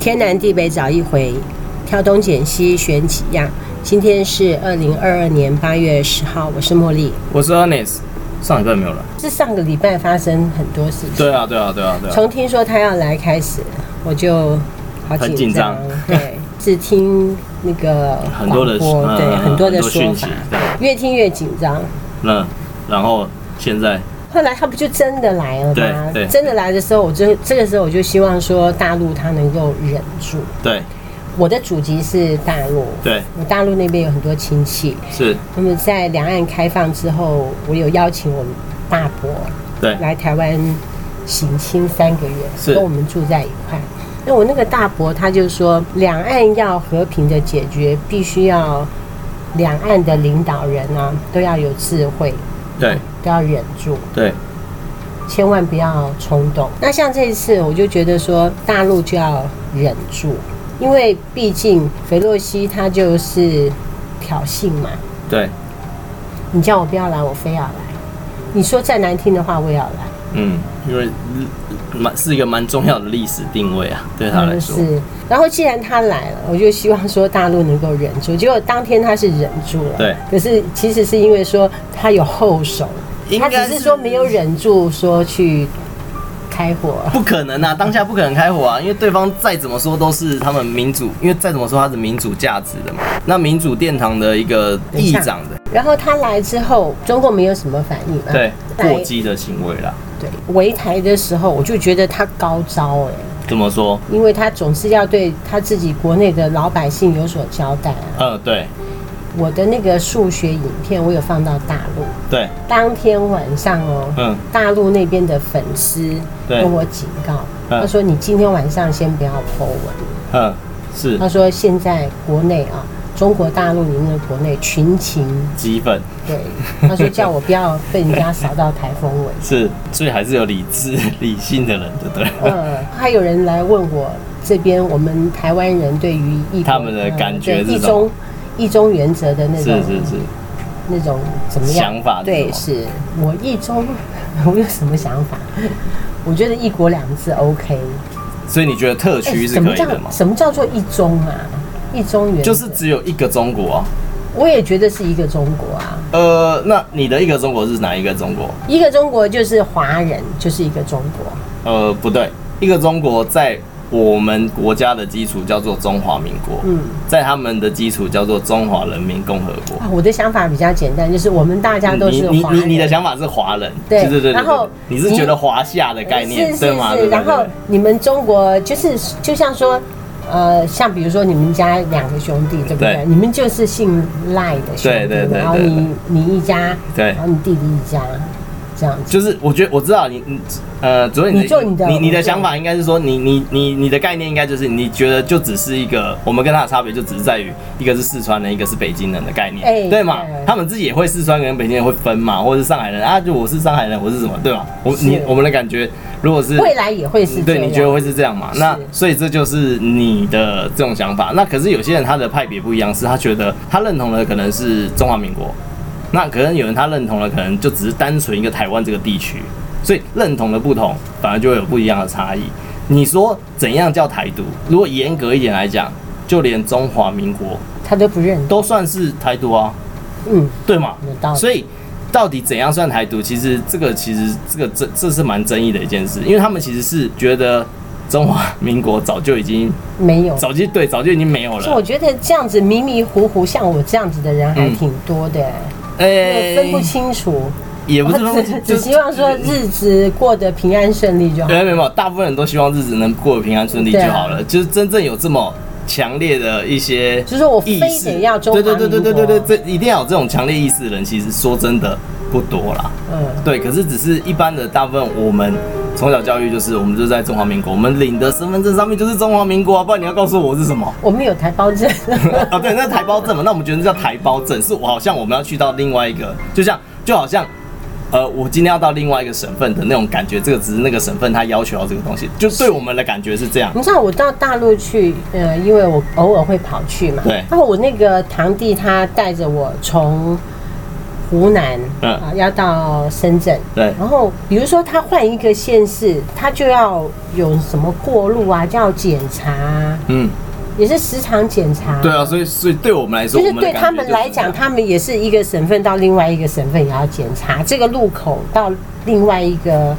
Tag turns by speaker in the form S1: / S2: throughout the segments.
S1: 天南地北找一回，挑东拣西选几样。今天是二零二二年八月十号，我是茉莉。
S2: 我是 Ernest，上礼拜没有来。
S1: 是上个礼拜发生很多事情，
S2: 对啊，对啊，对啊，对啊。
S1: 从听说他要来开始，我就好
S2: 很
S1: 紧
S2: 紧
S1: 张
S2: 张。
S1: 对，只听那个
S2: 很多的
S1: 广播
S2: 嗯
S1: 对
S2: 嗯
S1: 很多的
S2: 很多
S1: 说
S2: 讯
S1: 法
S2: 息对，
S1: 越听越紧张。
S2: 那然后现在
S1: 后来他不就真的来了吗？
S2: 对对
S1: 真的来的时候，我就这个时候我就希望说大陆他能够忍住。
S2: 对
S1: 我的祖籍是大陆，
S2: 对
S1: 我大陆那边有很多亲戚，
S2: 是，
S1: 那么在两岸开放之后，我有邀请我大伯
S2: 对
S1: 来台湾行亲三个月，
S2: 是
S1: 跟我们住在一块。那我那个大伯他就说，两岸要和平的解决，必须要两岸的领导人啊都要有智慧，
S2: 对
S1: 都要忍住。
S2: 对
S1: 千万不要冲动。那像这一次，我就觉得说大陆就要忍住，因为毕竟裴洛西他就是挑衅嘛，
S2: 对，
S1: 你叫我不要来，我非要来；你说再难听的话，我也要来。
S2: 嗯，因为蛮是一个蛮重要的历史定位啊，对他来说，
S1: 嗯是。然后既然他来了，我就希望说大陆能够忍住。结果当天他是忍住了，
S2: 对。
S1: 可是其实是因为说他有后手，
S2: 应
S1: 他
S2: 该
S1: 只是说没有忍住说去开火。
S2: 不可能啊，当下不可能开火啊，因为对方再怎么说都是他们民主，因为再怎么说他是民主价值的嘛，那民主殿堂的一个议长的，
S1: 然后他来之后，中共没有什么反应嘛，
S2: 对
S1: 来
S2: 过激的行为啦。
S1: 对，围台的时候，我就觉得他高招哎、
S2: 怎么说？
S1: 因为他总是要对他自己国内的老百姓有所交代啊。
S2: 嗯，对
S1: 我的那个数学影片，我有放到大陆，
S2: 对，
S1: 当天晚上哦，
S2: 嗯
S1: 大陆那边的粉丝
S2: 对
S1: 跟我警告，
S2: 嗯
S1: 他说你今天晚上先不要 po 文，
S2: 嗯，是
S1: 他说现在国内啊。中国大陆里面的国内群情，
S2: 激愤。
S1: 对，他说叫我不要被人家扫到台风尾，
S2: 是，所以还是有理智、理性的人， 对不对？
S1: 嗯，还有人来问我这边我们台湾人对于一国
S2: 他们的感觉
S1: 呃对
S2: 是
S1: 一
S2: 什么
S1: 中一中原则的那种
S2: 是是是，
S1: 那种怎么样
S2: 想法是
S1: 对，
S2: 什
S1: 是我一中， 我有什么想法？我觉得一国两制 OK，
S2: 所以你觉得特
S1: 哎
S2: 区是
S1: 什么
S2: 可以
S1: 叫
S2: 的吗？
S1: 什么叫做一中啊？一中原则
S2: 就是只有一个中国啊。
S1: 我也觉得是一个中国啊，
S2: 呃，那你的一个中国是哪一个中国？
S1: 一个中国就是华人就是一个中国，
S2: 呃，不对，一个中国在我们国家的基础叫做中华民国，
S1: 嗯。
S2: 在他们的基础叫做中华人民共和国。
S1: 啊我的想法比较简单，就是我们大家都
S2: 你
S1: 是
S2: 你
S1: 华
S2: 你
S1: 人。
S2: 你的想法是华人，
S1: 对
S2: 对对对，
S1: 然后
S2: 对你是觉得华夏的概念
S1: 是是
S2: 对吗？
S1: 是
S2: 对
S1: 然
S2: 对
S1: 后
S2: 对，
S1: 你们中国就是就像说，呃，像比如说你们家两个兄弟，对不对？
S2: 对
S1: 你们就是姓赖的兄弟，
S2: 对对对
S1: 然后
S2: 对
S1: 你你一家，
S2: 对
S1: 然后你弟弟一家，这样子。
S2: 就是我觉得我知道你，你呃，主任你
S1: 你就你的
S2: 你你
S1: 我
S2: 的
S1: 就
S2: 想法应该是说，你你你你的概念应该就是你觉得就只是一个我们跟他的差别就只是在于一个是四川人，一个是北京人的概念，
S1: 哎
S2: 对嘛
S1: 对？
S2: 他们自己也会四川人、北京人会分嘛，或者是上海人啊，就我是上海人，我是什么，对吧？我
S1: 是
S2: 你我们的感觉，如果是
S1: 未来也会是这
S2: 对，
S1: 样。
S2: 你觉得会是这样嘛？
S1: 是
S2: 那所以这就是你的这种想法。那可是有些人他的派别不一样，是他觉得他认同的可能是中华民国，那可能有人他认同的可能就只是单纯一个台湾这个地区，所以认同的不同，反而就会有不一样的差异。你说怎样叫台独？如果严格一点来讲，就连中华民国
S1: 他都不认，
S2: 都算是台独啊，
S1: 嗯，
S2: 对吗？
S1: 有道理。
S2: 所以到底怎样算台独？其实这个其实这个这这是蛮争议的一件事，因为他们其实是觉得中华民国早就已经
S1: 没有。
S2: 早就对早就已经没有
S1: 所以我
S2: 了，
S1: 觉得这样子迷迷糊糊，像我这样子的人还挺多的，
S2: 哎、
S1: 我分不清楚。
S2: 也不是分
S1: 我
S2: 不
S1: 只
S2: 清，
S1: 只
S2: 就
S1: 希望说日子过得平安顺利就好。
S2: 对，没有没有，大部分人都希望日子能过得平安顺利就好了。就是真正有这么强烈的一些意识，
S1: 就是我非得要中华
S2: 对对对对
S1: 民
S2: 对对对，
S1: 国
S2: 这一定要有这种强烈意识的人，其实说真的不多啦。
S1: 嗯。
S2: 对，可是只是一般的大部分我们从小教育就是我们就是在中华民国，我们领的身份证上面就是中华民国啊，不然你要告诉我是 什么
S1: 我们有台胞证，
S2: 啊？对，那台胞证嘛，那我们觉得那叫台胞证，是我好像我们要去到另外一个，就像就好像。呃，我今天要到另外一个省份的那种感觉，这个只是那个省份他要求到这个东西，就对我们的感觉是这样。
S1: 你知道我到大陆去，呃，因为我偶尔会跑去嘛。
S2: 对
S1: 然后我那个堂弟他带着我从湖南，
S2: 嗯
S1: 啊，要到深圳，
S2: 对
S1: 然后比如说他换一个县市，他就要有什么过路啊，就要检查啊，
S2: 嗯，
S1: 也是时常检查。
S2: 对啊，所以所以对我们来说，
S1: 就
S2: 我
S1: 是
S2: 们的
S1: 对
S2: 感
S1: 他
S2: 觉
S1: 们
S2: 就
S1: 来
S2: 是
S1: 讲，他们也是一个省份到另外一个省份也要检查，这个路口到另外一个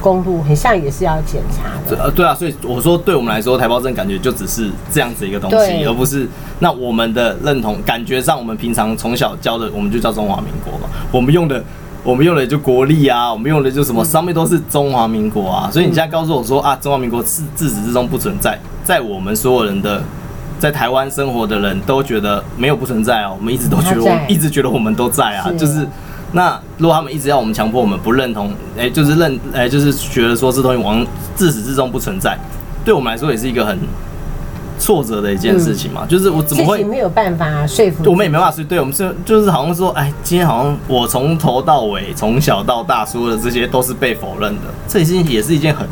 S1: 公路，很像也是要检查的。
S2: 呃，对啊，所以我说，对我们来说，台胞证感觉就只是这样子一个东西，
S1: 对
S2: 而不是那我们的认同感觉上，我们平常从小教的，我们就叫中华民国嘛，我们用的。我们用的就国力啊，我们用的就什
S1: 嗯
S2: 么上面都是中华民国啊，所以你现在告诉我说啊，中华民国自自始至终不存在，在我们所有人的在台湾生活的人都觉得没有不存在啊，我们一直都觉得我
S1: 它在
S2: 一直觉得我们都在啊，
S1: 是
S2: 就是那如果他们一直要我们强迫我们不认同，哎、就是认，哎、就是觉得说这东西往自始至终不存在，对我们来说也是一个很挫折的一件事情嘛。就是我怎
S1: 自
S2: 么
S1: 己
S2: 会，
S1: 没有办法说服自己，
S2: 我们也没办法去对我们是就是好像说，哎，今天好像我从头到尾，从小到大说的这些都是被否认的，这已经也是一件很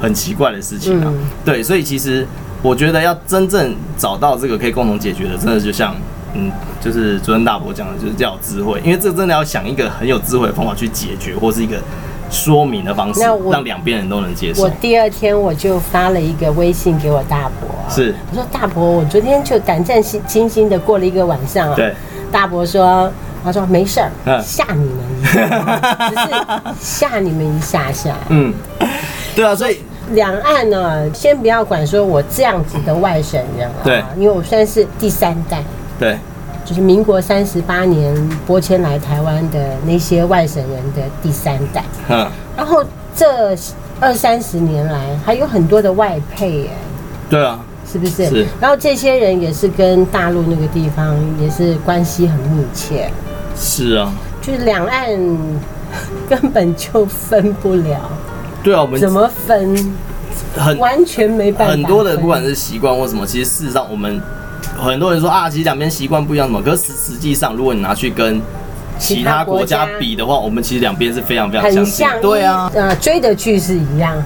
S2: 很奇怪的事情啊。
S1: 嗯
S2: 对，所以其实我觉得要真正找到这个可以共同解决的，真的就像嗯，就是主任大伯讲的，就是要有智慧，因为这真的要想一个很有智慧的方法去解决，或是一个说明的方式
S1: 那，我
S2: 让两边人都能接
S1: 我
S2: 受。
S1: 第二天我就发了一个微信给我大伯，
S2: 是，
S1: 我说大伯，我昨天就胆战心惊心的过了一个晚上啊。
S2: 对，
S1: 大伯说，他说没事儿，
S2: 嗯
S1: 吓你们一下，只是吓你们一下下。
S2: 嗯，对啊，所以
S1: 两岸呢，先不要管说我这样子的外省人啊，
S2: 对
S1: 因为我算是第三代，
S2: 对
S1: 就是民国三十八年拨迁来台湾的那些外省人的第三代。
S2: 嗯。
S1: 然后这二三十年来，还有很多的外配耶、
S2: 对啊，
S1: 是不是？
S2: 是
S1: 然后这些人也是跟大陆那个地方也是关系很密切，
S2: 是啊，
S1: 就是两岸根本就分不了，
S2: 对啊，我们
S1: 怎么分？
S2: 很
S1: 完全没办法分。
S2: 很多的不管是习惯或什么，其实事实上我们很多人说啊，其实两边习惯不一样什么，可是实实际上如果你拿去跟其他国家比的话，我们其实两边是非常非常
S1: 很
S2: 相近
S1: 像，一，
S2: 对啊，
S1: 呃，追的剧是一样，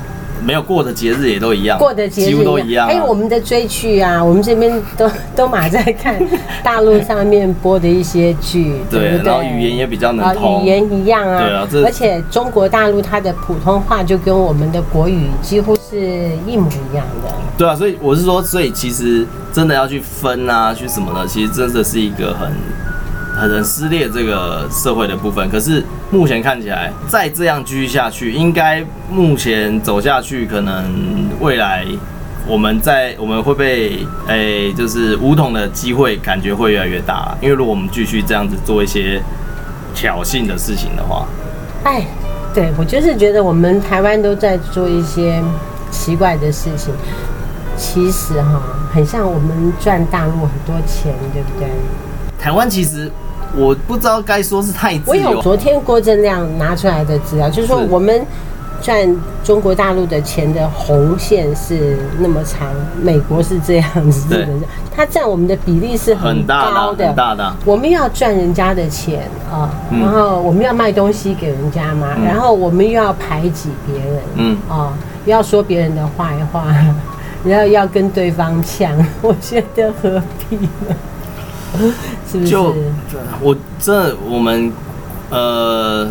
S2: 没有过的节日也都一样，
S1: 过的节
S2: 几
S1: 日
S2: 乎
S1: 哎
S2: 都一样啊，
S1: 还有我们的追剧啊，我们这边都 都马在 看大陆上面播的一些剧，对
S2: 对，
S1: 不对？
S2: 然后语言也比较
S1: 啊，
S2: 能
S1: 语
S2: 通，
S1: 言一样啊，
S2: 对啊这
S1: 而且中国大陆它的普通话就跟我们的国语几乎是一模一样的，
S2: 对啊，所以我是说，所以其实真的要去分啊，去什么的，其实真的是一个很很很撕裂这个社会的部分。可是目前看起来，再这样继续下去，应该目前走下去，可能未来我们在我们会被诶、就是武统的机会感觉会越来越大，因为如果我们继续这样子做一些挑衅的事情的话，
S1: 哎，对我就是觉得我们台湾都在做一些奇怪的事情，其实哈，很像我们赚大陆很多钱，对不对？
S2: 台湾其实我不知道该说是太
S1: 我
S2: 自
S1: 有
S2: 由，
S1: 昨天郭正亮拿出来的资料，就是说
S2: 是
S1: 我们赚中国大陆的钱的红线是那么长，美国是这样子，
S2: 对
S1: 日本是，它占我们的比例是
S2: 很
S1: 很
S2: 大的啊
S1: 高的，
S2: 很大的啊。
S1: 我们要赚人家的钱啊、
S2: 嗯
S1: 然后我们要卖东西给人家嘛，然后我们又要排挤别人，
S2: 嗯
S1: 哦，要说别人的坏话， 然后要跟对方抢，我觉得何必呢？ 是不是？
S2: 就我真的我们呃，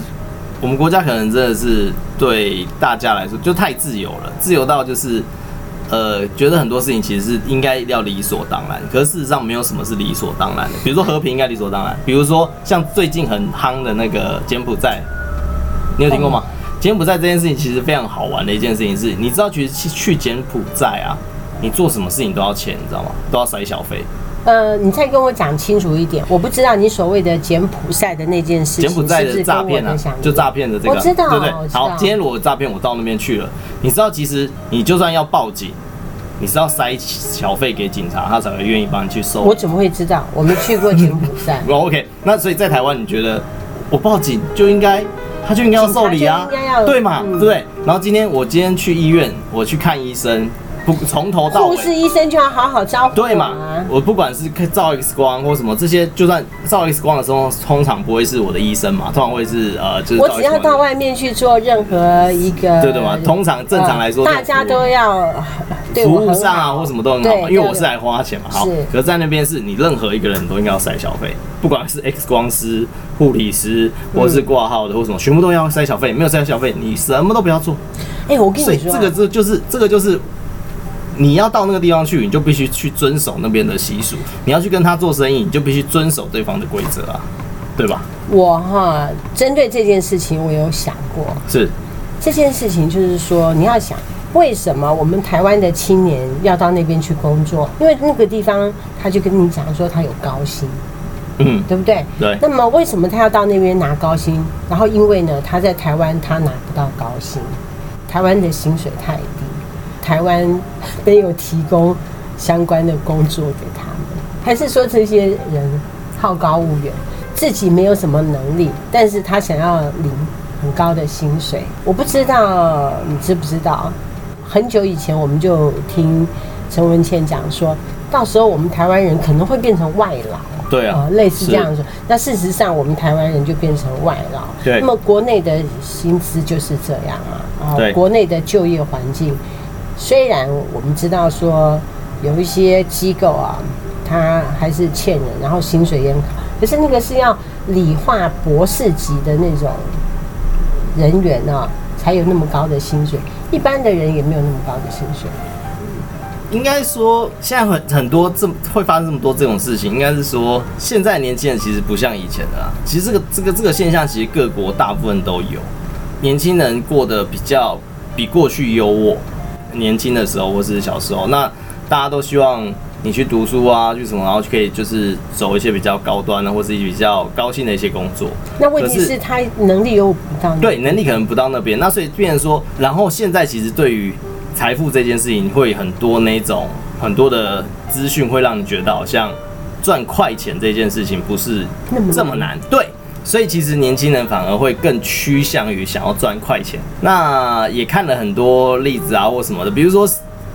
S2: 我们国家可能真的是对大家来说就太自由了，自由到就是呃，觉得很多事情其实是应该要理所当然，可是事实上没有什么是理所当然的。比如说和平应该理所当然，比如说像最近很夯的那个柬埔寨，你有听过
S1: 哦
S2: 吗？柬埔寨这件事情其实非常好玩的一件事情是，你知道其实去去柬埔寨啊，你做什么事情都要钱，你知道吗？都要塞小费。
S1: 呃，你再跟我讲清楚一点，我不知道你所谓的柬埔寨的那件事情
S2: 柬埔寨
S1: 是不
S2: 的
S1: 是
S2: 诈
S1: 跟我
S2: 骗啊
S1: 的想，
S2: 就诈骗的这
S1: 我
S2: 个，
S1: 知道
S2: 对不对
S1: 我？知道
S2: 好，今天如果诈骗我到那边去了，你知道，其实你就算要报警，你是要塞小费给警察，他才会愿意帮你去收。，
S1: 我怎么会知道？我没去过柬埔寨
S2: 哦 OK，那所以在台湾，你觉得我报警就应该，他就应该要受理啊
S1: 警察就应该要，
S2: 对嘛？
S1: 嗯
S2: 对不对？然后今天我今天去医院，我去看医生，不从头到
S1: 护
S2: 尾。
S1: 士医生就要好好照顾、啊，
S2: 对嘛？我不管是看照 X 光或什么这些，就算照 X 光的时候，通常不会是我的医生嘛，通常会是呃，就是
S1: 我
S2: 照
S1: 只
S2: X
S1: 要
S2: 光的
S1: 到外面去做任何一个，
S2: 对对嘛。通常正常来说，
S1: 呃大家都要对
S2: 服
S1: 我
S2: 务
S1: 很
S2: 上
S1: 好。
S2: 啊或什么都很
S1: 对
S2: 好嘛，因为我
S1: 对
S2: 是来花钱嘛。好
S1: 是，
S2: 可是在那边是你任何一个人都应该要塞小费，不管是 X 光师、护理师，或是挂号的或什么，全部都要塞小费。没有塞小费，你什么都不要做。
S1: 哎、我跟
S2: 所以
S1: 你说，
S2: 这个这就是这个就是。你要到那个地方去，你就必须去遵守那边的习俗。你要去跟他做生意，你就必须遵守对方的规则啊，对吧？
S1: 我哈，针对这件事情，我有想过
S2: 是
S1: 这件事情，就是说你要想。为什么我们台湾的青年要到那边去工作？因为那个地方他就跟你讲说他有高薪，
S2: 嗯，
S1: 对不对？
S2: 对
S1: 那么为什么他要到那边拿高薪？然后因为呢，他在台湾他拿不到高薪，台湾的薪水太低，台湾没有提供相关的工作给他们，还是说这些人好高骛远，自己没有什么能力，但是他想要领很高的薪水？我不知道你知不知道？很久以前我们就听陈文茜讲说，到时候我们台湾人可能会变成外劳。
S2: 对啊
S1: 呃，类似
S2: 是
S1: 这样子。那事实上，我们台湾人就变成外劳。
S2: 对
S1: 那么国内的薪资就是这样啊。
S2: 对
S1: 国内的就业环境，虽然我们知道说有一些机构啊，它还是欠人，然后薪水也很高，可是那个是要理化博士级的那种人员啊，才有那么高的薪水。一般的人也没有那么高的薪水。
S2: 应该说，现在很很多这么会发生这么多这种事情，应该是说，现在年轻人其实不像以前了啦。啊其实这个这个这个现象，其实各国大部分都有。年轻人过得比较比过去优渥，年轻的时候或是小时候，那大家都希望你去读书啊，去什么，然后就可以就是走一些比较高端的，或是比较高薪的一些工作。
S1: 那问题
S2: 可是
S1: 是他能力又不到那
S2: 对，能力可能不到那边，那所以变成说，然后现在其实对于财富这件事情，会很多那种很多的资讯会让你觉得好像赚快钱这件事情不是
S1: 那么
S2: 这么难，对。所以其实年轻人反而会更趋向于想要赚快钱。那也看了很多例子啊或什么的，比如说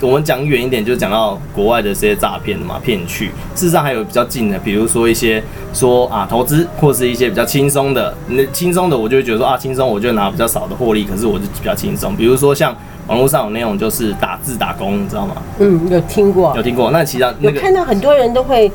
S2: 我们讲远一点，就讲到国外的这些诈骗的嘛，骗你去。事实上还有比较近的，比如说一些说啊投资，或是一些比较轻松的。那轻松的我就会觉得说啊轻松，我就拿比较少的获利，可是我就比较轻松。比如说像网络上有那种就是打字打工，你知道吗？
S1: 嗯，有听过
S2: 有听过？那其实那
S1: 我
S2: 个
S1: 看到很多人都会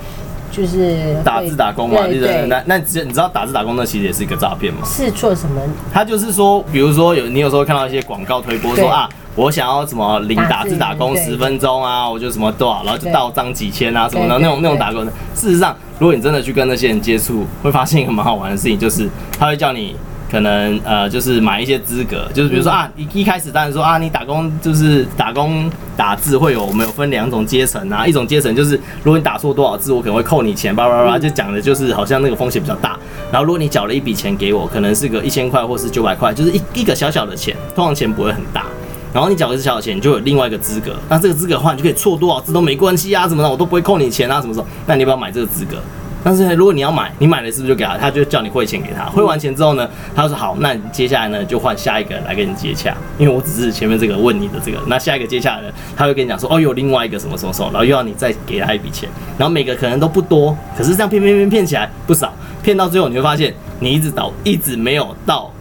S1: 就是
S2: 打
S1: 会
S2: 字打工嘛，
S1: 对
S2: 就是那
S1: 对，
S2: 那你知道打字打工那其实也是一个诈骗嘛。
S1: 是做什么？
S2: 他就是说，比如说有你有时候看到一些广告推播
S1: 对
S2: 说啊，我想要什么零
S1: 打
S2: 打
S1: 字
S2: 字打工
S1: 对
S2: 十分钟啊，我就什么多少，然后就
S1: 对
S2: 到账几千啊什么的
S1: 对
S2: 那种
S1: 对
S2: 那种
S1: 对
S2: 打工的。事实上，如果你真的去跟那些人接触，会发现一个蛮好玩的事情，就是他会叫你。可能呃，就是买一些资格，就是比如说
S1: 嗯
S2: 啊，一一开始当然说啊，你打工就是打工打字会有我们有分两种阶层啊，一种阶层就是如果你打错多少字，我可能会扣你钱，叭叭叭
S1: 嗯
S2: 叭，就讲的就是好像那个风险比较大。然后如果你缴了一笔钱给我，可能是个一千块或是九百块，就是一一个小小的钱，通常钱不会很大。然后你缴的是小小钱，你就有另外一个资格。那这个资格的话，你就可以错多少字都没关系啊，什么的，我都不会扣你钱啊，什么什么。那你要不要买这个资格？但是如果你要买，你买了是不是就给他？他就叫你汇钱给他。汇完钱之后呢，他说好，那你接下来呢就换下一个人来跟你接洽，因为我只是前面这个问你的这个，那下一个接洽的人他会跟你讲说，哦，有另外一个什么什么什么，然后又要你再给他一笔钱，然后每个可能都不多，可是这样骗骗骗骗起来不少，骗到最后你会发现你一直到一直没有到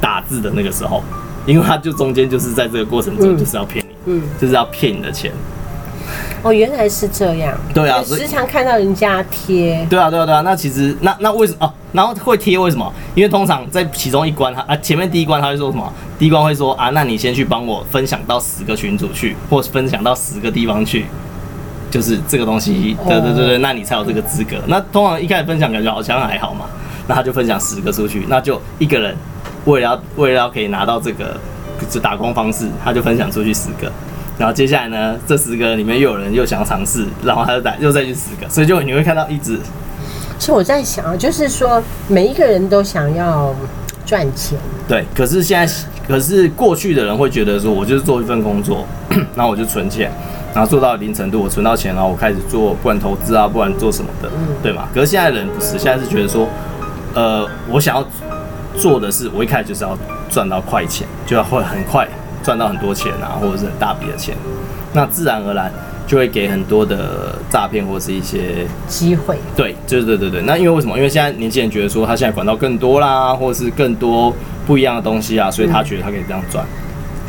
S2: 打字的那个时候，因为他就中间就是在这个过程
S1: 嗯
S2: 中就是要骗你，
S1: 嗯，
S2: 就是要骗你的钱。
S1: 哦，原来是这样。
S2: 对啊
S1: 我
S2: 所以
S1: 时常看到人家贴，
S2: 对啊，对啊，对啊。那其实那那为什么哦？然后会贴为什么？因为通常在其中一关，他啊前面第一关他会说什么？第一关会说啊，那你先去帮我分享到十个群组去，或是分享到十个地方去。就是这个东西，对对对对，那你才有这个资格。那通常一开始分享感觉好像还好嘛，那他就分享十个出去，那就一个人为了要为了要可以拿到这个就打工方式，他就分享出去十个。然后接下来呢，这十个里面又有人又想尝试，然后他就打又再去十个，所以就你会看到一直
S1: 所以我在想啊，就是说每一个人都想要赚钱，
S2: 对，可是现在，可是过去的人会觉得说，我就是做一份工作， 然后我就存钱，然后做到一定程度，我存到钱，然后我开始做，不管投资啊，不管做什么的，对吗？可是现在的人不是，现在是觉得说，呃，我想要做的是，我一开始就是要赚到快钱，就要会很快赚到很多钱啊，或者是很大笔的钱。那自然而然就会给很多的诈骗或是一些
S1: 机会，
S2: 对，就是对对对。那因为为什么？因为现在年轻人觉得说他现在管道更多啦，或者是更多不一样的东西啊，所以他
S1: 嗯
S2: 觉得他可以这样赚。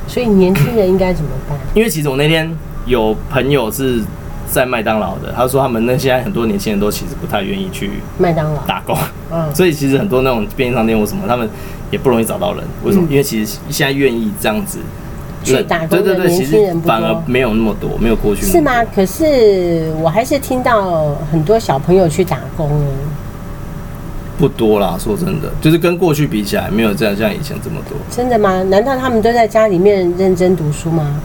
S1: 所以年轻人应该怎么办？
S2: 因为其实我那天有朋友是在麦当劳的，他说他们那现在很多年轻人都其实不太愿意去
S1: 麦当劳，
S2: 打工，
S1: 嗯，
S2: 所以其实很多那种便利商店或什么，他们也不容易找到人。为什么？
S1: 嗯
S2: 因为其实现在愿意这样子
S1: 去打工
S2: 对
S1: 的
S2: 对对，其
S1: 年轻
S2: 实
S1: 人不多
S2: 反而没有那么多，没有过去那么
S1: 是吗？
S2: 多？
S1: 可是我还是听到很多小朋友去打工哦，
S2: 不多啦，说真的，就是跟过去比起来，没有这样像以前这么多，
S1: 真的吗？难道他们都在家里面认真读书吗？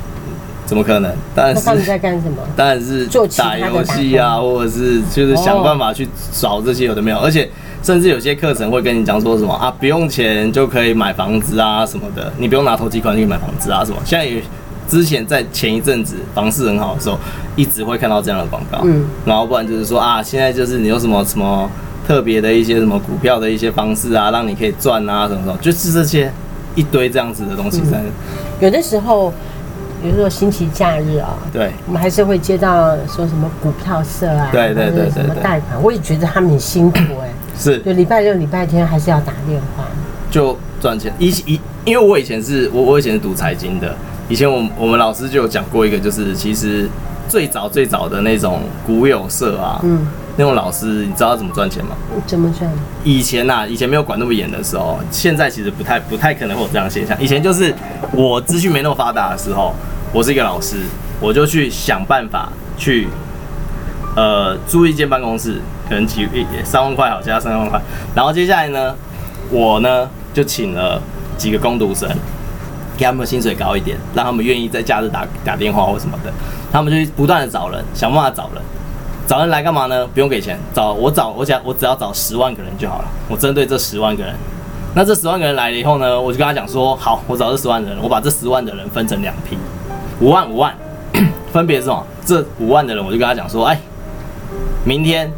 S2: 怎么可能？当然
S1: 那他们
S2: 呃是
S1: 在干什么？
S2: 当然是
S1: 做其他
S2: 打
S1: 的
S2: 游戏啊，或者是就是想办法去找这些有的没有，而且甚至有些课程会跟你讲说什么啊，不用钱就可以买房子啊什么的，你不用拿投机款去买房子啊什么。现在也之前在前一阵子房市很好的时候，一直会看到这样的广告，
S1: 嗯，
S2: 然后不然就是说啊，现在就是你有什么什么特别的一些什么股票的一些方式啊，让你可以赚啊什么什么，就是这些一堆这样子的东西在、
S1: 有的时候，比如说星期假日啊、
S2: 对。
S1: 我们还是会接到说什么股票社啊，
S2: 对对对
S1: 或者是什么
S2: 对对
S1: 贷款，我也觉得他们很辛苦哎、
S2: 是
S1: 就礼拜六、礼拜天还是要打电话，
S2: 就赚钱。以以因为我以前是我我以前是读财经的，以前我我们老师就有讲过一个，就是其实最早最早的那种股友社啊，
S1: 嗯，
S2: 那种老师，你知道他怎么赚钱吗？
S1: 怎么赚？
S2: 以前呐、以前没有管那么严的时候，现在其实不太不太可能会有这样的现象。以前就是我资讯没那么发达的时候，我是一个老师，我就去想办法去，呃，租一间办公室，可能几一三万块好，加三万块。然后接下来呢，我呢就请了几个工读生，给他们薪水高一点，让他们愿意在假日打打电话或什么的。他们就不断的找人，想办法找人，找人来干嘛呢？不用给钱，找我找我讲我只要找十万个人就好了，我针对这十万个人。那这十万个人来了以后呢，我就跟他讲说，好，我找这十万人，我把这十万的人分成两批，五万五万， 分别是什么？这五万的人，我就跟他讲说，哎，明天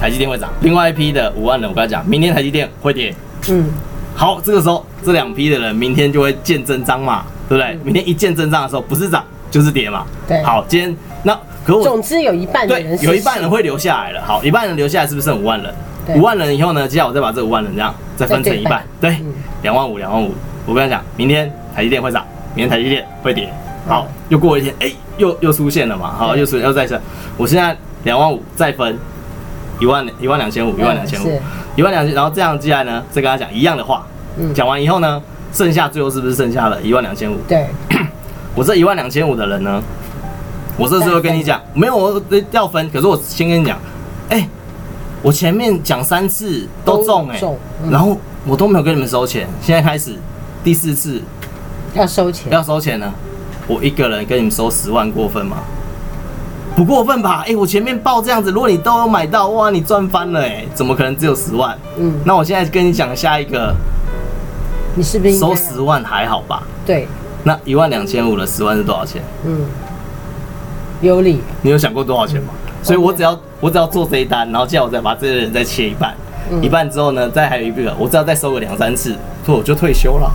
S2: 台积电会涨。另外一批的五万人，我跟他讲，明天台积电会跌。
S1: 嗯，
S2: 好，这个时候这两批的人明天就会见真章嘛，对不对？明天一见真章的时候，不是涨就是跌嘛。
S1: 对
S2: 好，今天那可我
S1: 总之有一半的
S2: 对
S1: 人，是
S2: 有一半人会留下来了。好，一半人留下来是不是剩五万人？
S1: 对
S2: 五万人以后呢，接下来我再把这五万人这样再分成一半，
S1: 再对
S2: 对
S1: 半嗯，
S2: 两万五，两万五。我跟他讲，明天台积电会涨，明天台积电会跌。好
S1: 嗯，
S2: 又过一天，哎，又又出现了嘛，好，
S1: 对
S2: 又出又再生。我现在两万五再分一万一万两千五，一万两千五
S1: 嗯是，
S2: 一万两千，然后这样接下来呢，再跟他讲一样的话，
S1: 嗯，
S2: 讲完以后呢，剩下最后是不是剩下了一万两千五？
S1: 对，
S2: 我这一万两千五的人呢，我这时候跟你讲，没有我要分，可是我先跟你讲，哎、我前面讲三次都中哎、
S1: 都中嗯
S2: 然后我都没有跟你们收钱，现在开始第四次
S1: 要收钱，
S2: 要收钱呢，我一个人跟你们收十万过分吗？不过分吧？哎、我前面报这样子，如果你都有买到，哇，你赚翻了哎、怎么可能只有十万？
S1: 嗯，
S2: 那我现在跟你讲下一个
S1: 你是不是应该
S2: 收十万还好吧？
S1: 对，
S2: 那一万两千五的十万是多少钱？
S1: 嗯，有理，
S2: 你有想过多少钱吗？所以我只要我只要做这一单，然后接下来我再把这些人再切一半，
S1: 嗯
S2: 一半之后呢，再还有一个，我只要再收个两三次，所以我就退休了。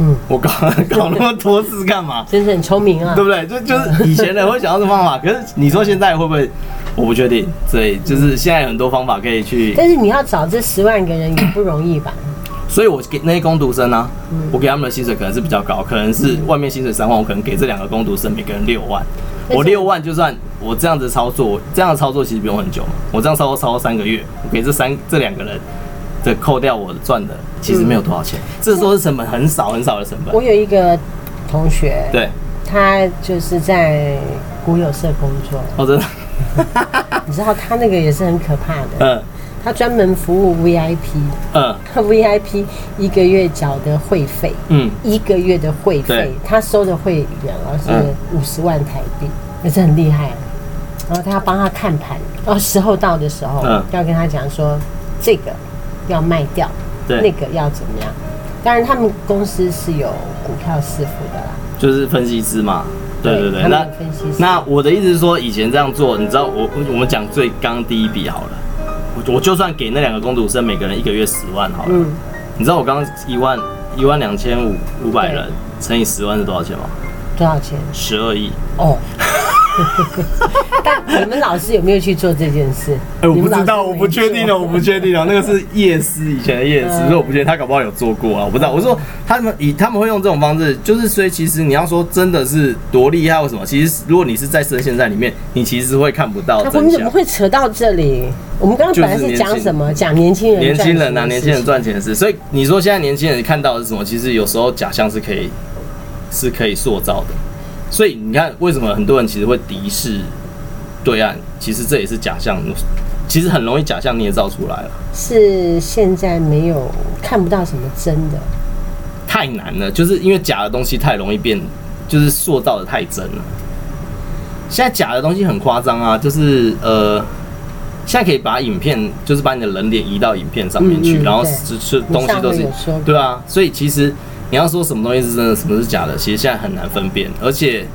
S1: 嗯，
S2: 我搞 搞那么多次干嘛？
S1: 真是很聪明啊
S2: 对，不对？就就是以前人会想到这方法，可是你说现在会不会？我不确定。所以就是现在有很多方法可以去，
S1: 但是你要找这十万个人也不容易吧？
S2: 所以我给那些工读生啊，我给他们的薪水可能是比较高，可能是外面薪水三万，我可能给这两个工读生每个人六万。
S1: 但是
S2: 我六万就算我这样子操作，我这样的操作其实不用很久嘛，我这样操作操作三个月，我给这三这两个人的扣掉我赚的，其实没有多少钱，这时候是成本很少很少的成本
S1: 我。有一个同学，
S2: 对，
S1: 他就是在股友社工作，
S2: 我哦真的，
S1: 你知道他那个也是很可怕的，
S2: 嗯
S1: 他专门服务 VIP，
S2: 嗯
S1: 他 VIP 一个月缴的会费，
S2: 嗯，
S1: 一个月的会费
S2: 对，
S1: 他收的会员啊
S2: 嗯
S1: 是五十万台币，也是很厉害。然后他要帮他看盘，然后时候到的时候，
S2: 嗯
S1: 要跟他讲说这个要卖掉，那
S2: 对，
S1: 个要怎么样。当然，他们公司是有股票市府的啦，
S2: 就是分析师嘛，对对对，
S1: 他
S2: 那
S1: 们有分析师
S2: 那我的意思是说，以前这样做，你知道我我们讲最刚第一笔好了，我我就算给那两个工读生每个人一个月十万好了，
S1: 嗯，
S2: 你知道我刚刚一万一万两千五五百
S1: 对
S2: 人乘以十万是多少钱吗？
S1: 多少钱？
S2: 十二亿。
S1: 哦， 但你们老师有没有去做这件事？
S2: 哎，我
S1: 你
S2: 不
S1: 们老
S2: 知
S1: 师
S2: 道，
S1: 没
S2: 我不确定哦，
S1: 做
S2: 我不确定哦。那个是夜师以前的夜师，
S1: 嗯
S2: 所以我不确定他搞不好有做过啊，我不知道。我说他们以他们会用这种方式，就是所以其实你要说真的是多厉害或什么，其实如果你是在深陷在里面，你其实会看不到
S1: 那我
S2: 真
S1: 们怎么
S2: 相。
S1: 会扯到这里？我们刚刚本来是讲什么？讲年轻人，
S2: 年轻人啊，年轻人
S1: 赚
S2: 赚钱的事，所以你说现在年轻人看到的是什么？其实有时候假象是可以是可以塑造的。所以你看，为什么很多人其实会敌视对岸？其实这也是假象，其实很容易假象捏造出来了。
S1: 是现在没有看不到什么真的，
S2: 太难了，就是因为假的东西太容易变，就是塑造的太真了。现在假的东西很夸张啊，就是呃，现在可以把影片，就是把你的人脸移到影片上面去，
S1: 嗯嗯
S2: 然后
S1: 对
S2: 就是东西
S1: 你上
S2: 都
S1: 回
S2: 是
S1: 有说过
S2: 对啊，所以其实你要说什么东西是真的，什么是假的，其实现在很难分辨，而且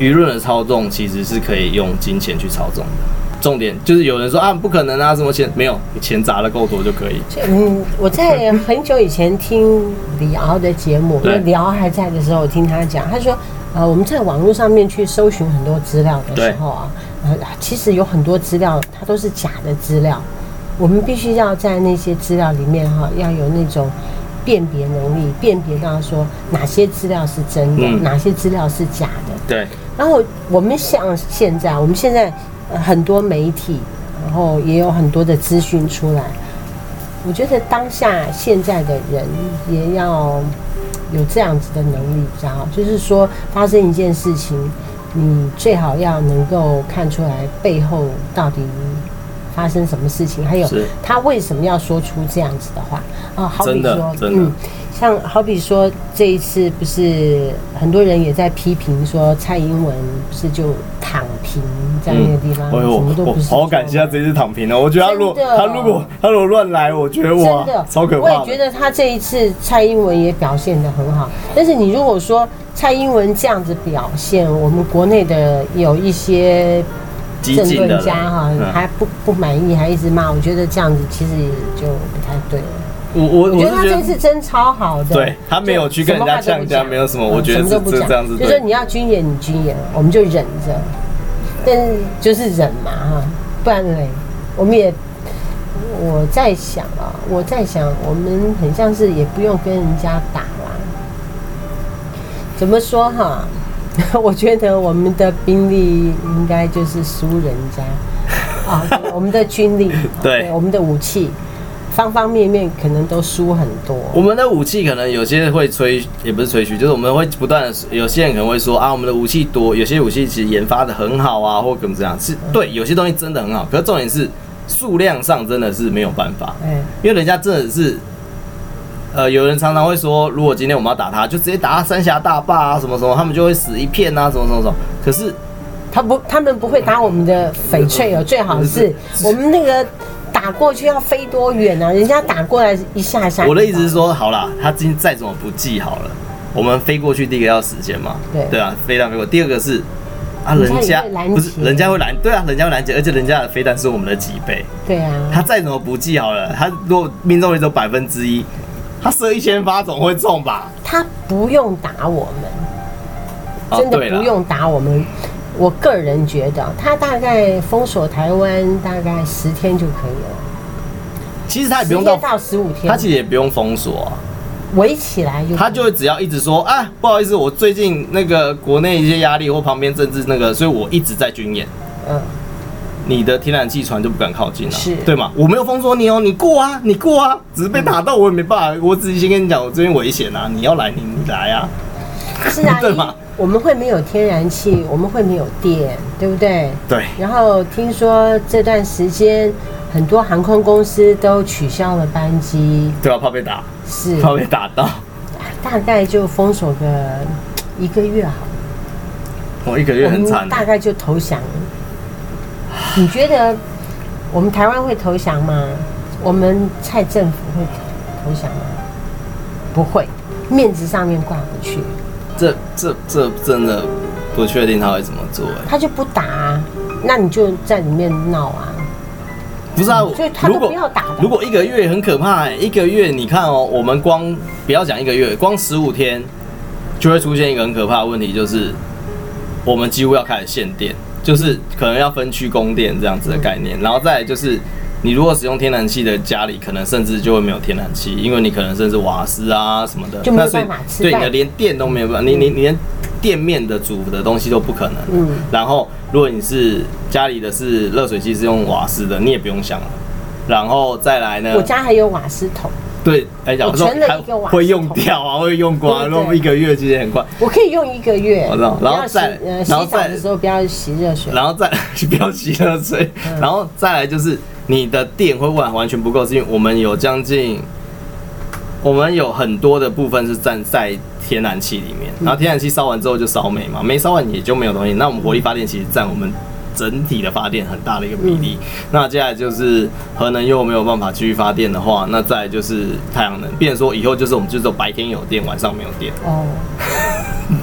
S2: 舆论的操纵其实是可以用金钱去操纵的。重点就是有人说啊，不可能啊，什么钱没有，你钱砸的够多就可以。
S1: 所以嗯，我在很久以前听李敖的节目，因
S2: 对
S1: 为李敖还在的时候，我听他讲，他说，呃，我们在网络上面去搜寻很多资料的时候啊，呃，其实有很多资料它都是假的资料，我们必须要在那些资料里面哈、要有那种辨别能力，辨别到说哪些资料是真的，
S2: 嗯
S1: 哪些资料是假的。
S2: 对，
S1: 然后我们像现在，我们现在呃很多媒体，然后也有很多的资讯出来。我觉得当下现在的人也要有这样子的能力，比较好。就是说，发生一件事情，你最好要能够看出来背后到底发生什么事情，还有
S2: 是
S1: 他为什么要说出这样子的话啊？好比
S2: 真的
S1: 说，
S2: 真的
S1: 嗯，像好比说这一次不是很多人也在批评说蔡英文不是就躺平在那个地方，
S2: 哎呦，
S1: 啊什么都
S2: 我
S1: 不是，
S2: 好感谢他这次躺平哦！我觉得他如果
S1: 真的
S2: 他如果他如果乱来，我觉得
S1: 真
S2: 哇
S1: 的，
S2: 超可
S1: 我
S2: 怕
S1: 也觉得
S2: 的。
S1: 他这一次蔡英文也表现得很好，但是你如果说蔡英文这样子表现，我们国内的有一些
S2: 激
S1: 政
S2: 进的
S1: 论
S2: 人
S1: 家哈、
S2: 嗯
S1: 还不不满意，还一直骂，我觉得这样子其实也就不太对了。
S2: 我我
S1: 我
S2: 我
S1: 觉得他
S2: 是觉
S1: 这
S2: 得
S1: 次真超好的，
S2: 对他没有去跟人家呛架没有什么我觉得是
S1: 嗯什么都不讲
S2: 这样子
S1: 就
S2: 对
S1: 是你要军演，你军演，我们就忍着，但是就是忍嘛哈，不然嘞，我们也我在想啊，我在想，我们很像是也不用跟人家打啦。怎么说哈？ 我觉得我们的兵力应该就是输人家啊，对我们的军力，
S2: 对
S1: 我们的武器，方方面面可能都输很多。
S2: 我们的武器可能有些会吹，也不是吹嘘，就是我们会不断的，有些人可能会说啊，我们的武器多，有些武器其实研发的很好啊，或怎么怎样，是对，有些东西真的很好，可是重点是数量上真的是没有办法，
S1: 哎，
S2: 因为人家真的是，呃，有人常常会说，如果今天我们要打他，就直接打他三峡大坝啊，什么什么，他们就会死一片啊，什么什么什么，可是。
S1: 他不，他们不会打我们的翡翠哦，最好是我们那个打过去要飞多远啊？人家打过来一下下。
S2: 我的意思是，说，好啦，他今天再怎么不济好了，我们飞过去，第一个要时间嘛，
S1: 对
S2: 啊，飞弹飞过，第二个是啊，
S1: 人家
S2: 人家
S1: 也会拦截
S2: 不是人家会拦，对啊，人家会拦截，而且人家的飞弹是我们的几倍，
S1: 对啊，
S2: 他再怎么不济好了，他如果命中率只有百分之一，他射一千发总会中吧？
S1: 他不用打我们，
S2: 啊
S1: 真的
S2: 对啦
S1: 不用打我们。我个人觉得，他大概封锁台湾大概十天就可以了，
S2: 其实他也不
S1: 十
S2: 用
S1: 天
S2: 到，
S1: 到十五天
S2: 他，其实也不用封锁啊。
S1: 围起来就
S2: 他就会只要一直说啊，不好意思，我最近那个国内一些压力或旁边政治那个，所以我一直在军演。
S1: 嗯，
S2: 你的天然气船就不敢靠近了、
S1: 是
S2: 对吗？我没有封锁你哦，你过啊，你过啊，只是被打到我也没办法，我只是先跟你讲，我这边危险啊，你要来你你来啊，
S1: 是啊，
S2: 对嘛
S1: 因我们会没有天然气，我们会没有电，对不对？
S2: 对，
S1: 然后听说这段时间很多航空公司都取消了班机，
S2: 对啊吧？怕被打，
S1: 是
S2: 怕被打到，
S1: 大概就封锁个一个月好了，
S2: 我一个月
S1: 我
S2: 很
S1: 们
S2: 惨，
S1: 大概就投降。你觉得我们台湾会投降吗？我们蔡政府会投降吗？不会，面子上面挂不去，
S2: 这这这真的不确定他会怎么做、欸，
S1: 他就不打、啊，那你就在里面闹啊。
S2: 不是啊，我
S1: 嗯所以他都
S2: 如果
S1: 不要打吧
S2: 如果一个月很可怕、欸，一个月你看哦，我们光不要讲一个月，光十五天，就会出现一个很可怕的问题，就是我们几乎要开始限电，就是可能要分区供电这样子的概念。然后再来就是，你如果使用天然气的家里，可能甚至就会没有天然气，因为你可能甚至瓦斯啊什么的，
S1: 就没有
S2: 那所以
S1: 办法吃
S2: 对
S1: 饭
S2: 你的连电都没有办法，你你你连店面的煮的东西都不可能。
S1: 嗯
S2: 然后如果你是家里的是热水器是用瓦斯的，你也不用想了。然后再来呢？
S1: 我家还有瓦斯桶，
S2: 对，哎，讲
S1: 我
S2: 说
S1: 存了
S2: 还
S1: 一个瓦斯
S2: 会用
S1: 桶
S2: 掉啊，会用光啊，
S1: 对对
S2: 然后一个月其实很快。
S1: 我可以用一个月。
S2: 我知道
S1: 不要
S2: 然后
S1: 洗
S2: 再
S1: 呃洗
S2: 然后
S1: 澡
S2: 再
S1: 的时候不要洗热水。
S2: 然后再 不要洗热水，然后再来就是你的电会完完全不够，是因为我们有将近，我们有很多的部分是站在天然气里面，然后天然气烧完之后就烧煤嘛，煤烧完也就没有东西。那我们火力发电其实占我们整体的发电很大的一个比例。那接下来就是核能又没有办法继续发电的话，那再来就是太阳能，变成说以后就是我们就是有白天有电，晚上没有电。
S1: 哦，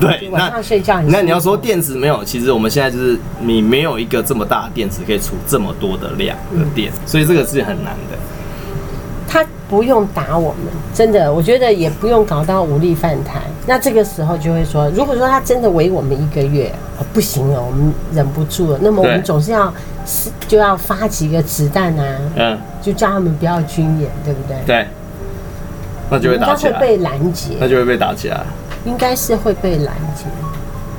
S2: 对，
S1: 晚
S2: 那
S1: 上睡觉很
S2: 那你要
S1: 辛苦
S2: 说电池没有，其实我们现在就是你没有一个这么大的电池可以储这么多的量的
S1: 嗯
S2: 电，所以这个是很难的。
S1: 他不用打我们，真的，我觉得也不用搞到武力犯台。那这个时候就会说，如果说他真的围我们一个月，哦、不行了，我们忍不住了，那么我们
S2: 对
S1: 总是要是就要发几个子弹啊，
S2: 嗯，
S1: 就叫他们不要军演，对不对？
S2: 对，那就会
S1: 应该
S2: 打起
S1: 会
S2: 来，
S1: 被拦截，
S2: 那就会被打起来。
S1: 应该是会被拦截，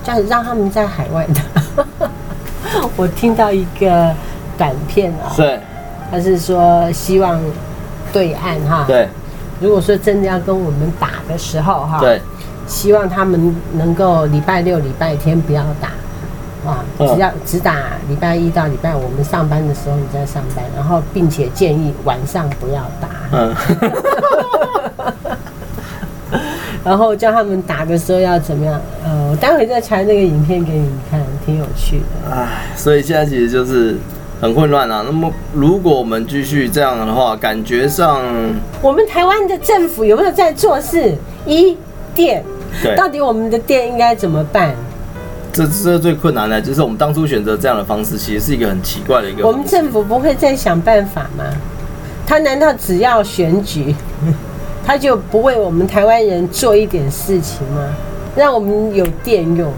S1: 这样让他们在海外打。 我听到一个短片啊、
S2: 对
S1: 他是说希望对岸哈，
S2: 对
S1: 如果说真的要跟我们打的时候哈，
S2: 对，
S1: 希望他们能够礼拜六、礼拜天不要打，啊，
S2: 嗯
S1: 只要只打礼拜一到礼拜五，我们上班的时候你在上班，然后并且建议晚上不要打，
S2: 嗯，嗯
S1: 然后叫他们打的时候要怎么样？呃，我待会再传那个影片给你看，挺有趣的。
S2: 唉，所以现在其实就是很混乱啊。那么如果我们继续这样的话，感觉上
S1: 我们台湾的政府有没有在做事？一电，
S2: 对
S1: 到底我们的电应该怎么办？
S2: 这这最困难的，就是我们当初选择这样的方式，其实是一个很奇怪的一个
S1: 我
S2: 方式。
S1: 们政府不会再想办法吗？他难道只要选举，他就不为我们台湾人做一点事情吗？让我们有电用，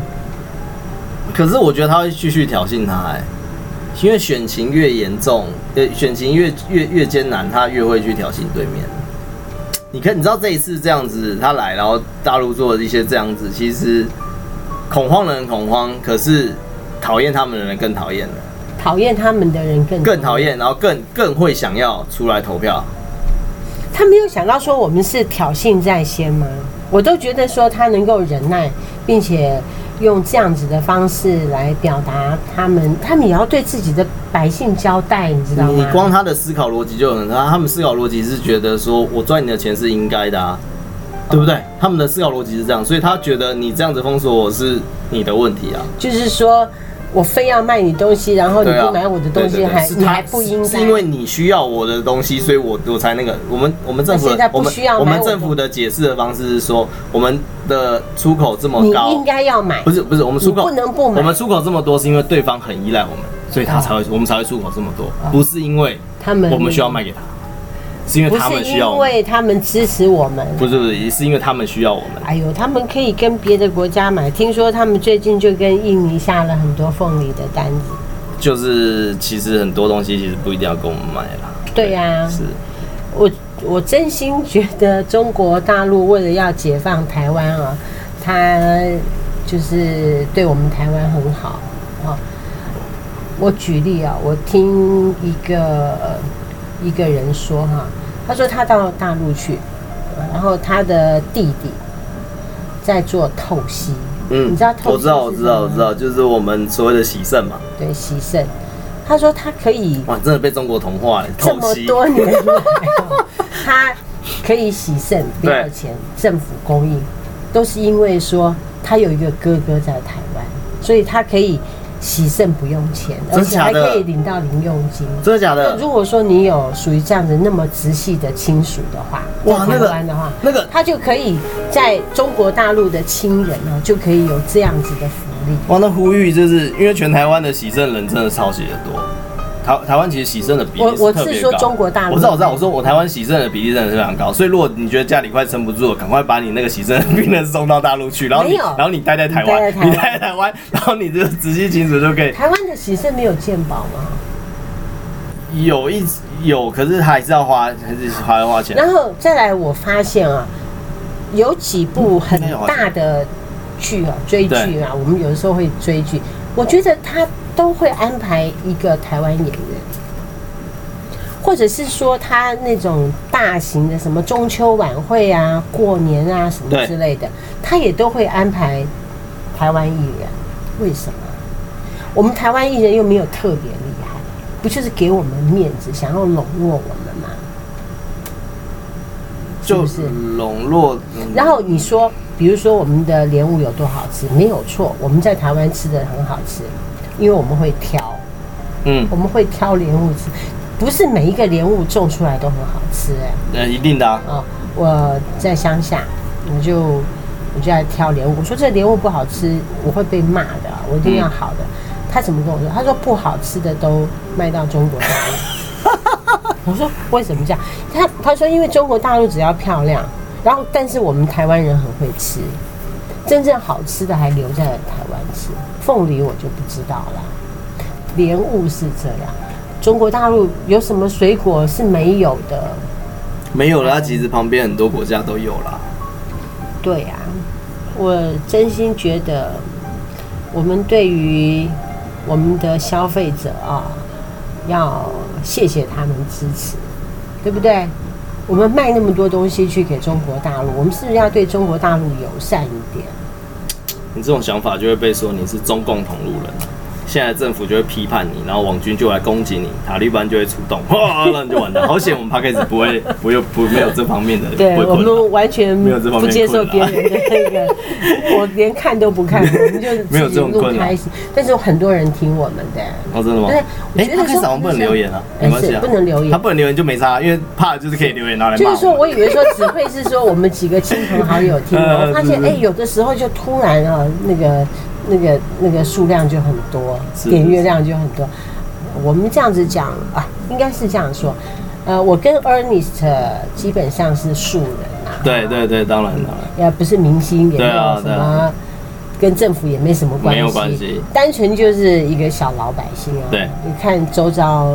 S2: 可是我觉得他会继续挑衅他、哎，因为选情越严重，呃，选情越越越艰难，他越会去挑衅对面。你看，你知道这一次这样子他来，然后大陆做的一些这样子，其实恐慌的人恐慌，可是讨厌他们的人更讨厌了，
S1: 讨厌他们的人更
S2: 更讨。厌，然后更更会想要出来投票。
S1: 他没有想到说我们是挑衅在先吗？我都觉得说他能够忍耐，并且用这样子的方式来表达他们，他们也要对自己的百姓交代，你知
S2: 你
S1: 道吗？
S2: 你光他的思考逻辑就很，他他们思考逻辑是觉得说我赚你的钱是应该的啊，
S1: 哦
S2: 对不对？他们的思考逻辑是这样，所以他觉得你这样子封锁我是你的问题啊。
S1: 就是说我非要卖你东西，然后你
S2: 对
S1: 不买我的东西，
S2: 啊、对对对
S1: 还
S2: 是
S1: 你
S2: 他
S1: 还不应该。
S2: 是因为你需要我的东西，所以我我才那个。我们我们政府
S1: 那现在
S2: 的
S1: 不
S2: 我们
S1: 需要买
S2: 我们
S1: 我的
S2: 政府的解释的方式是说，我们的出口这么
S1: 你
S2: 哦高
S1: 应，该要买，
S2: 不是不是我们出
S1: 你
S2: 口
S1: 不能不买哦
S2: 我们出口这么多是因为对方很依赖我们，所以他才会、我们才会出口这么多，不是因为
S1: 他们
S2: 我们需要卖给他，是因为
S1: 不
S2: 他
S1: 是
S2: 们需要
S1: 因
S2: 我们，
S1: 为他们支持我们。
S2: 不是不是是因为他们需要我们。
S1: 哎呦，他们可以跟别的国家买。听说他们最近就跟印尼下了很多凤梨的单子。
S2: 就是其实很多东西其实不一定要跟我们买啦。
S1: 对啊
S2: 是
S1: 我我真心觉得中国大陆为了要解放台湾啊，他就是对我们台湾很好啊。我举例啊，我听一个一个人说哈、他说他到大陆去，然后他的弟弟在做透析，
S2: 嗯，
S1: 你知道透析
S2: 我知道，我
S1: 是
S2: 知道，
S1: 什么
S2: 我知道，就是我们所谓的喜盛嘛。
S1: 对洗肾，他说他可以
S2: 哇，真的被中国同化了，
S1: 这
S2: 透
S1: 么
S2: 析。
S1: 多年来 哦，他可以洗肾不要
S2: 对
S1: 钱，政府公益，都是因为说他有一个哥哥在台湾，所以他可以洗肾不用钱，而
S2: 真的
S1: 且
S2: 假
S1: 还
S2: 的
S1: 可以领到零用金。
S2: 真的假
S1: 那
S2: 的？
S1: 如果说你有属于这样的那么直系的亲属的话，
S2: 哇
S1: 在
S2: 那
S1: 台
S2: 个
S1: 湾的话，
S2: 那个
S1: 他就可以在中国大陆的亲人呢，就可以有这样子的福利。
S2: 哇，那呼吁就是因为全台湾的喜政人真的超级的多，台台湾其实喜生的比例
S1: 我
S2: 是
S1: 我
S2: 特
S1: 是
S2: 别
S1: 说
S2: 高
S1: 中国大陆
S2: 我知道我知道，我说我台湾喜生的比例真的是非常高，所以如果你觉得家里快撑不住了，赶快把你那个喜生的病人送到大陆去，然后你
S1: 没有
S2: 然后你待在台湾，
S1: 你待在台湾
S2: 你待在台湾，然后你就直系亲属就可以
S1: 台湾的喜事没有健保吗？
S2: 有一有，可是他还是要花还是还要花钱。
S1: 然后再来，我发现啊，有几部很
S2: 没有啊
S1: 大的剧啊，追剧
S2: 对
S1: 啊，我们有的时候会追剧，我觉得他都会安排一个台湾演员，或者是说他那种大型的什么中秋晚会啊、过年啊什么
S2: 对
S1: 之类的，他也都会安排台湾艺人。为什么？我们台湾艺人又没有特别厉害，不就是给我们面子，想要笼络我们吗？
S2: 就是
S1: 不是
S2: 笼络。嗯
S1: 然后你说，比如说我们的莲雾有多好吃，没有错，我们在台湾吃的很好吃，因为我们会挑，
S2: 嗯，
S1: 我们会挑莲雾吃，不是每一个莲雾种出来都很好吃哎、
S2: 呃，一定的啊，
S1: 哦，我在乡下，我就我就在挑莲雾，我说这莲雾不好吃，我会被骂的，我一定要好的。他怎么跟我说？他说不好吃的都卖到中国大陆。我说为什么这样？他他说因为中国大陆只要漂亮，然后但是我们台湾人很会吃，真正好吃的还留在台湾吃。凤梨我就不知道了。莲雾是这样，中国大陆有什么水果是没有的？
S2: 没有啦，其实旁边很多国家都有啦。
S1: 对啊，我真心觉得我们对于我们的消费者啊，要谢谢他们支持，对不对？我们卖那么多东西去给中国大陆，我们是不是要对中国大陆友善一点？
S2: 你这种想法就会被说你是中共同路人，现在政府就会批判你，然后网军就来攻击你，塔利班就会出动， 哇，那你就完蛋。好险我们 p a c k a g e 不会不用不没有这方面的，
S1: 对
S2: 不会
S1: 我
S2: 困扰
S1: 们完全
S2: 没有这方面
S1: 不接受别
S2: 困
S1: 人
S2: 扰
S1: 的那个， 我连看都不看，我们就
S2: 没有
S1: 自己
S2: 这种
S1: 录
S2: 困扰
S1: 开始。但是有很多人听我们的，
S2: 哦，真的吗？
S1: 对我
S2: 哎
S1: 觉得
S2: p 开始
S1: 说
S2: 好像不能留言啊，
S1: 哎
S2: 没关系
S1: 是
S2: 啊，
S1: 不能留言
S2: 他不能留言就没差，因为怕就是可以留言拿来骂
S1: 就
S2: 我
S1: 是
S2: 们。
S1: 说，我以为说只会是说我们几个亲朋好友 听，
S2: 呃
S1: 我发现
S2: 是
S1: 哎、有的时候就突然啊，那个那个那个数量就很多，
S2: 是
S1: 点阅量就很多。我们这样子讲啊，应该是这样说。呃，我跟 Ernest 基本上是素人啊，
S2: 对对对，当然当然。
S1: 也不是明星，也没
S2: 对
S1: 有
S2: 啊
S1: 什
S2: 对
S1: 么
S2: 啊，
S1: 跟政府也没什么关系，
S2: 没有关系
S1: 单纯就是一个小老百姓啊。
S2: 对
S1: 你看周遭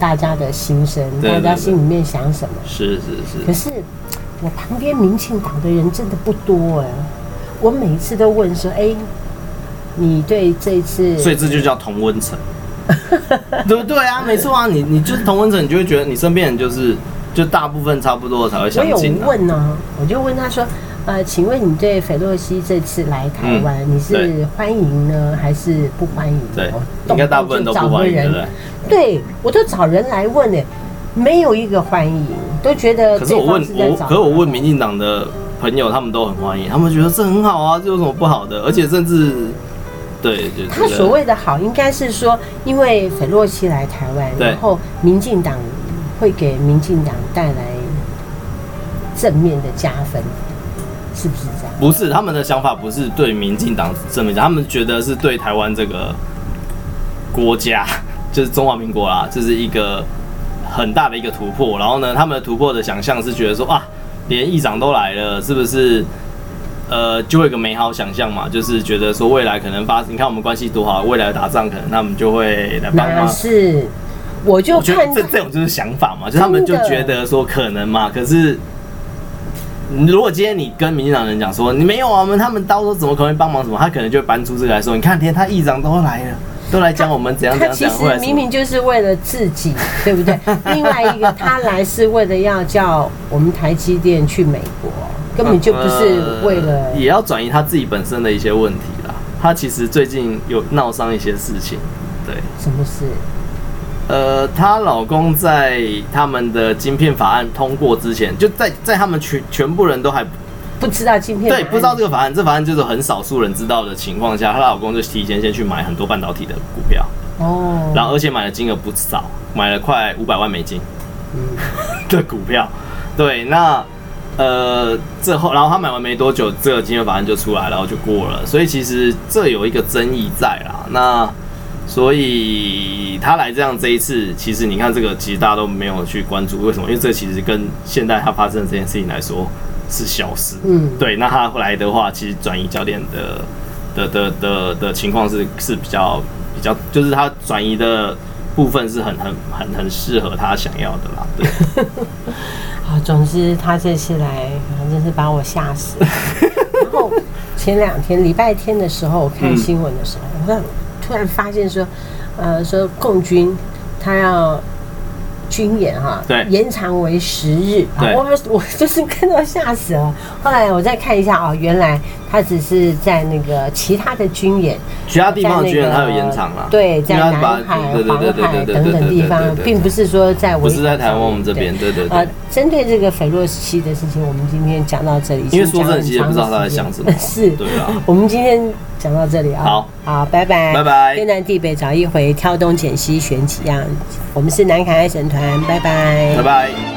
S1: 大家的心声，
S2: 对
S1: 大
S2: 对
S1: 家
S2: 对
S1: 心里面想什么。
S2: 是是
S1: 可
S2: 是，
S1: 是我旁边民进党的人真的不多哎、我每一次都问说，哎、你对这一次
S2: 所以这就叫同 温层，对不对啊？没错啊，你你就是同温层，你就会觉得你身边人就是就大部分差不多才会
S1: 我
S2: 相
S1: 有
S2: 信、啊。
S1: 问呢、哦我就问他说，呃，请问你对斐洛西这次来台湾，
S2: 嗯
S1: 你是
S2: 对欢
S1: 欢迎呢，还是不欢迎呢？
S2: 对
S1: 我，
S2: 应
S1: 动
S2: 该大
S1: 不
S2: 部分
S1: 动
S2: 都
S1: 就找
S2: 不
S1: 个
S2: 欢迎，对
S1: 人
S2: 不对？
S1: 对我都找人来问呢、没有一个欢迎，都觉得
S2: 可是我
S1: 对方
S2: 问
S1: 是在
S2: 我，
S1: 找
S2: 可是我问
S1: 麻烦
S2: 民进党的朋友，他们都很欢迎，他们觉得这很好啊，这有什么不好的？而且甚至对，就
S1: 他所谓的好，应该是说，因为斐洛西来台湾，
S2: 对
S1: 然后民进党会给民进党带来正面的加分，是不是这样？
S2: 不是他们的想法，不是对民进党正面讲，他们觉得是对台湾这个国家， 就是中华民国啦，这、是一个很大的一个突破。然后呢，他们的突破的想象是觉得说啊，连议长都来了，是不是？呃，就会有一个美好想象嘛，就是觉得说未来可能发，你看我们关系多好，未来打仗可能他们就会来帮
S1: 哪
S2: 忙。
S1: 是？我就
S2: 我觉得
S1: 看
S2: 这这种就是想法嘛，就他们就觉得说可能嘛，可是。你如果今天你跟民进党人讲说你没有啊，我们他们到时候怎么可能会帮忙什么，他可能就会搬出这个来说，你看连他议长都来了，都来讲我们怎样怎
S1: 他
S2: 样
S1: 其
S2: 怎
S1: 实
S2: 样，会来什
S1: 明
S2: 么
S1: 明就是为了自己， 对不对？另外一个他来是为了要叫我们台积电去美国，根本就不是为了
S2: 呃也要转移他自己本身的一些问题啦。他其实最近有闹上一些事情，对，
S1: 什么事。
S2: 呃，她老公在他们的晶片法案通过之前，就在在他们全全部人都还
S1: 不知道晶片
S2: 对，
S1: 法案
S2: 不知道这个法案，这法案就是很少数人知道的情况下，她老公就提前先去买很多半导体的股票，
S1: 哦，
S2: 然后而且买的金额不少，买了快五百万美金
S1: 嗯，
S2: 的股票。对，那呃，这后然后他买完没多久，这个金额法案就出来，然后就过了。所以其实这有一个争议在啦。那所以以他来这样这一次，其实你看这个，其实大家都没有去关注，为什么？因为这其实跟现在他发生的这件事情来说是小事。
S1: 嗯
S2: 对，那他来的话，其实转移焦点的的的的的情况是是比较比较，就是他转移的部分是很很很很适合他想要的啦。对，
S1: 啊，总之他这次来，反正是把我吓 死了。然后前两天礼拜天的时候，我看新闻的时候，我看突然发现说，呃，说共军他要军演哈、
S2: 对
S1: 延长为十日。啊
S2: 对
S1: 我我就是看到吓死了。后来我再看一下哦，原来他只是在那个其他的军演，
S2: 其他地方的
S1: 在那
S2: 军人他有
S1: 个
S2: 延长啦，
S1: 对，在
S2: 因为
S1: 南
S2: 他把
S1: 海、
S2: 对对
S1: 黄
S2: 对对
S1: 海
S2: 对对
S1: 等
S2: 对
S1: 等
S2: 对
S1: 地
S2: 对
S1: 方
S2: 对对，
S1: 并不是说在
S2: 不是在台湾我们这
S1: 围岛上
S2: 边，
S1: 面
S2: 对对
S1: 呃
S2: 对。，
S1: 针对这个斐洛西的事情，我们今天讲到这里，
S2: 因为
S1: 已经
S2: 说
S1: 讲了
S2: 真的，其实也不
S1: 很
S2: 知道
S1: 长
S2: 他在
S1: 时间。
S2: 想什么
S1: 是，
S2: 对啊。
S1: 我们今天讲到这里啊。
S2: 好，
S1: 好，拜拜，
S2: 拜拜
S1: 天南地北找一回，挑东拣西选几样。我们是南凯爱神团，拜拜，
S2: 拜拜。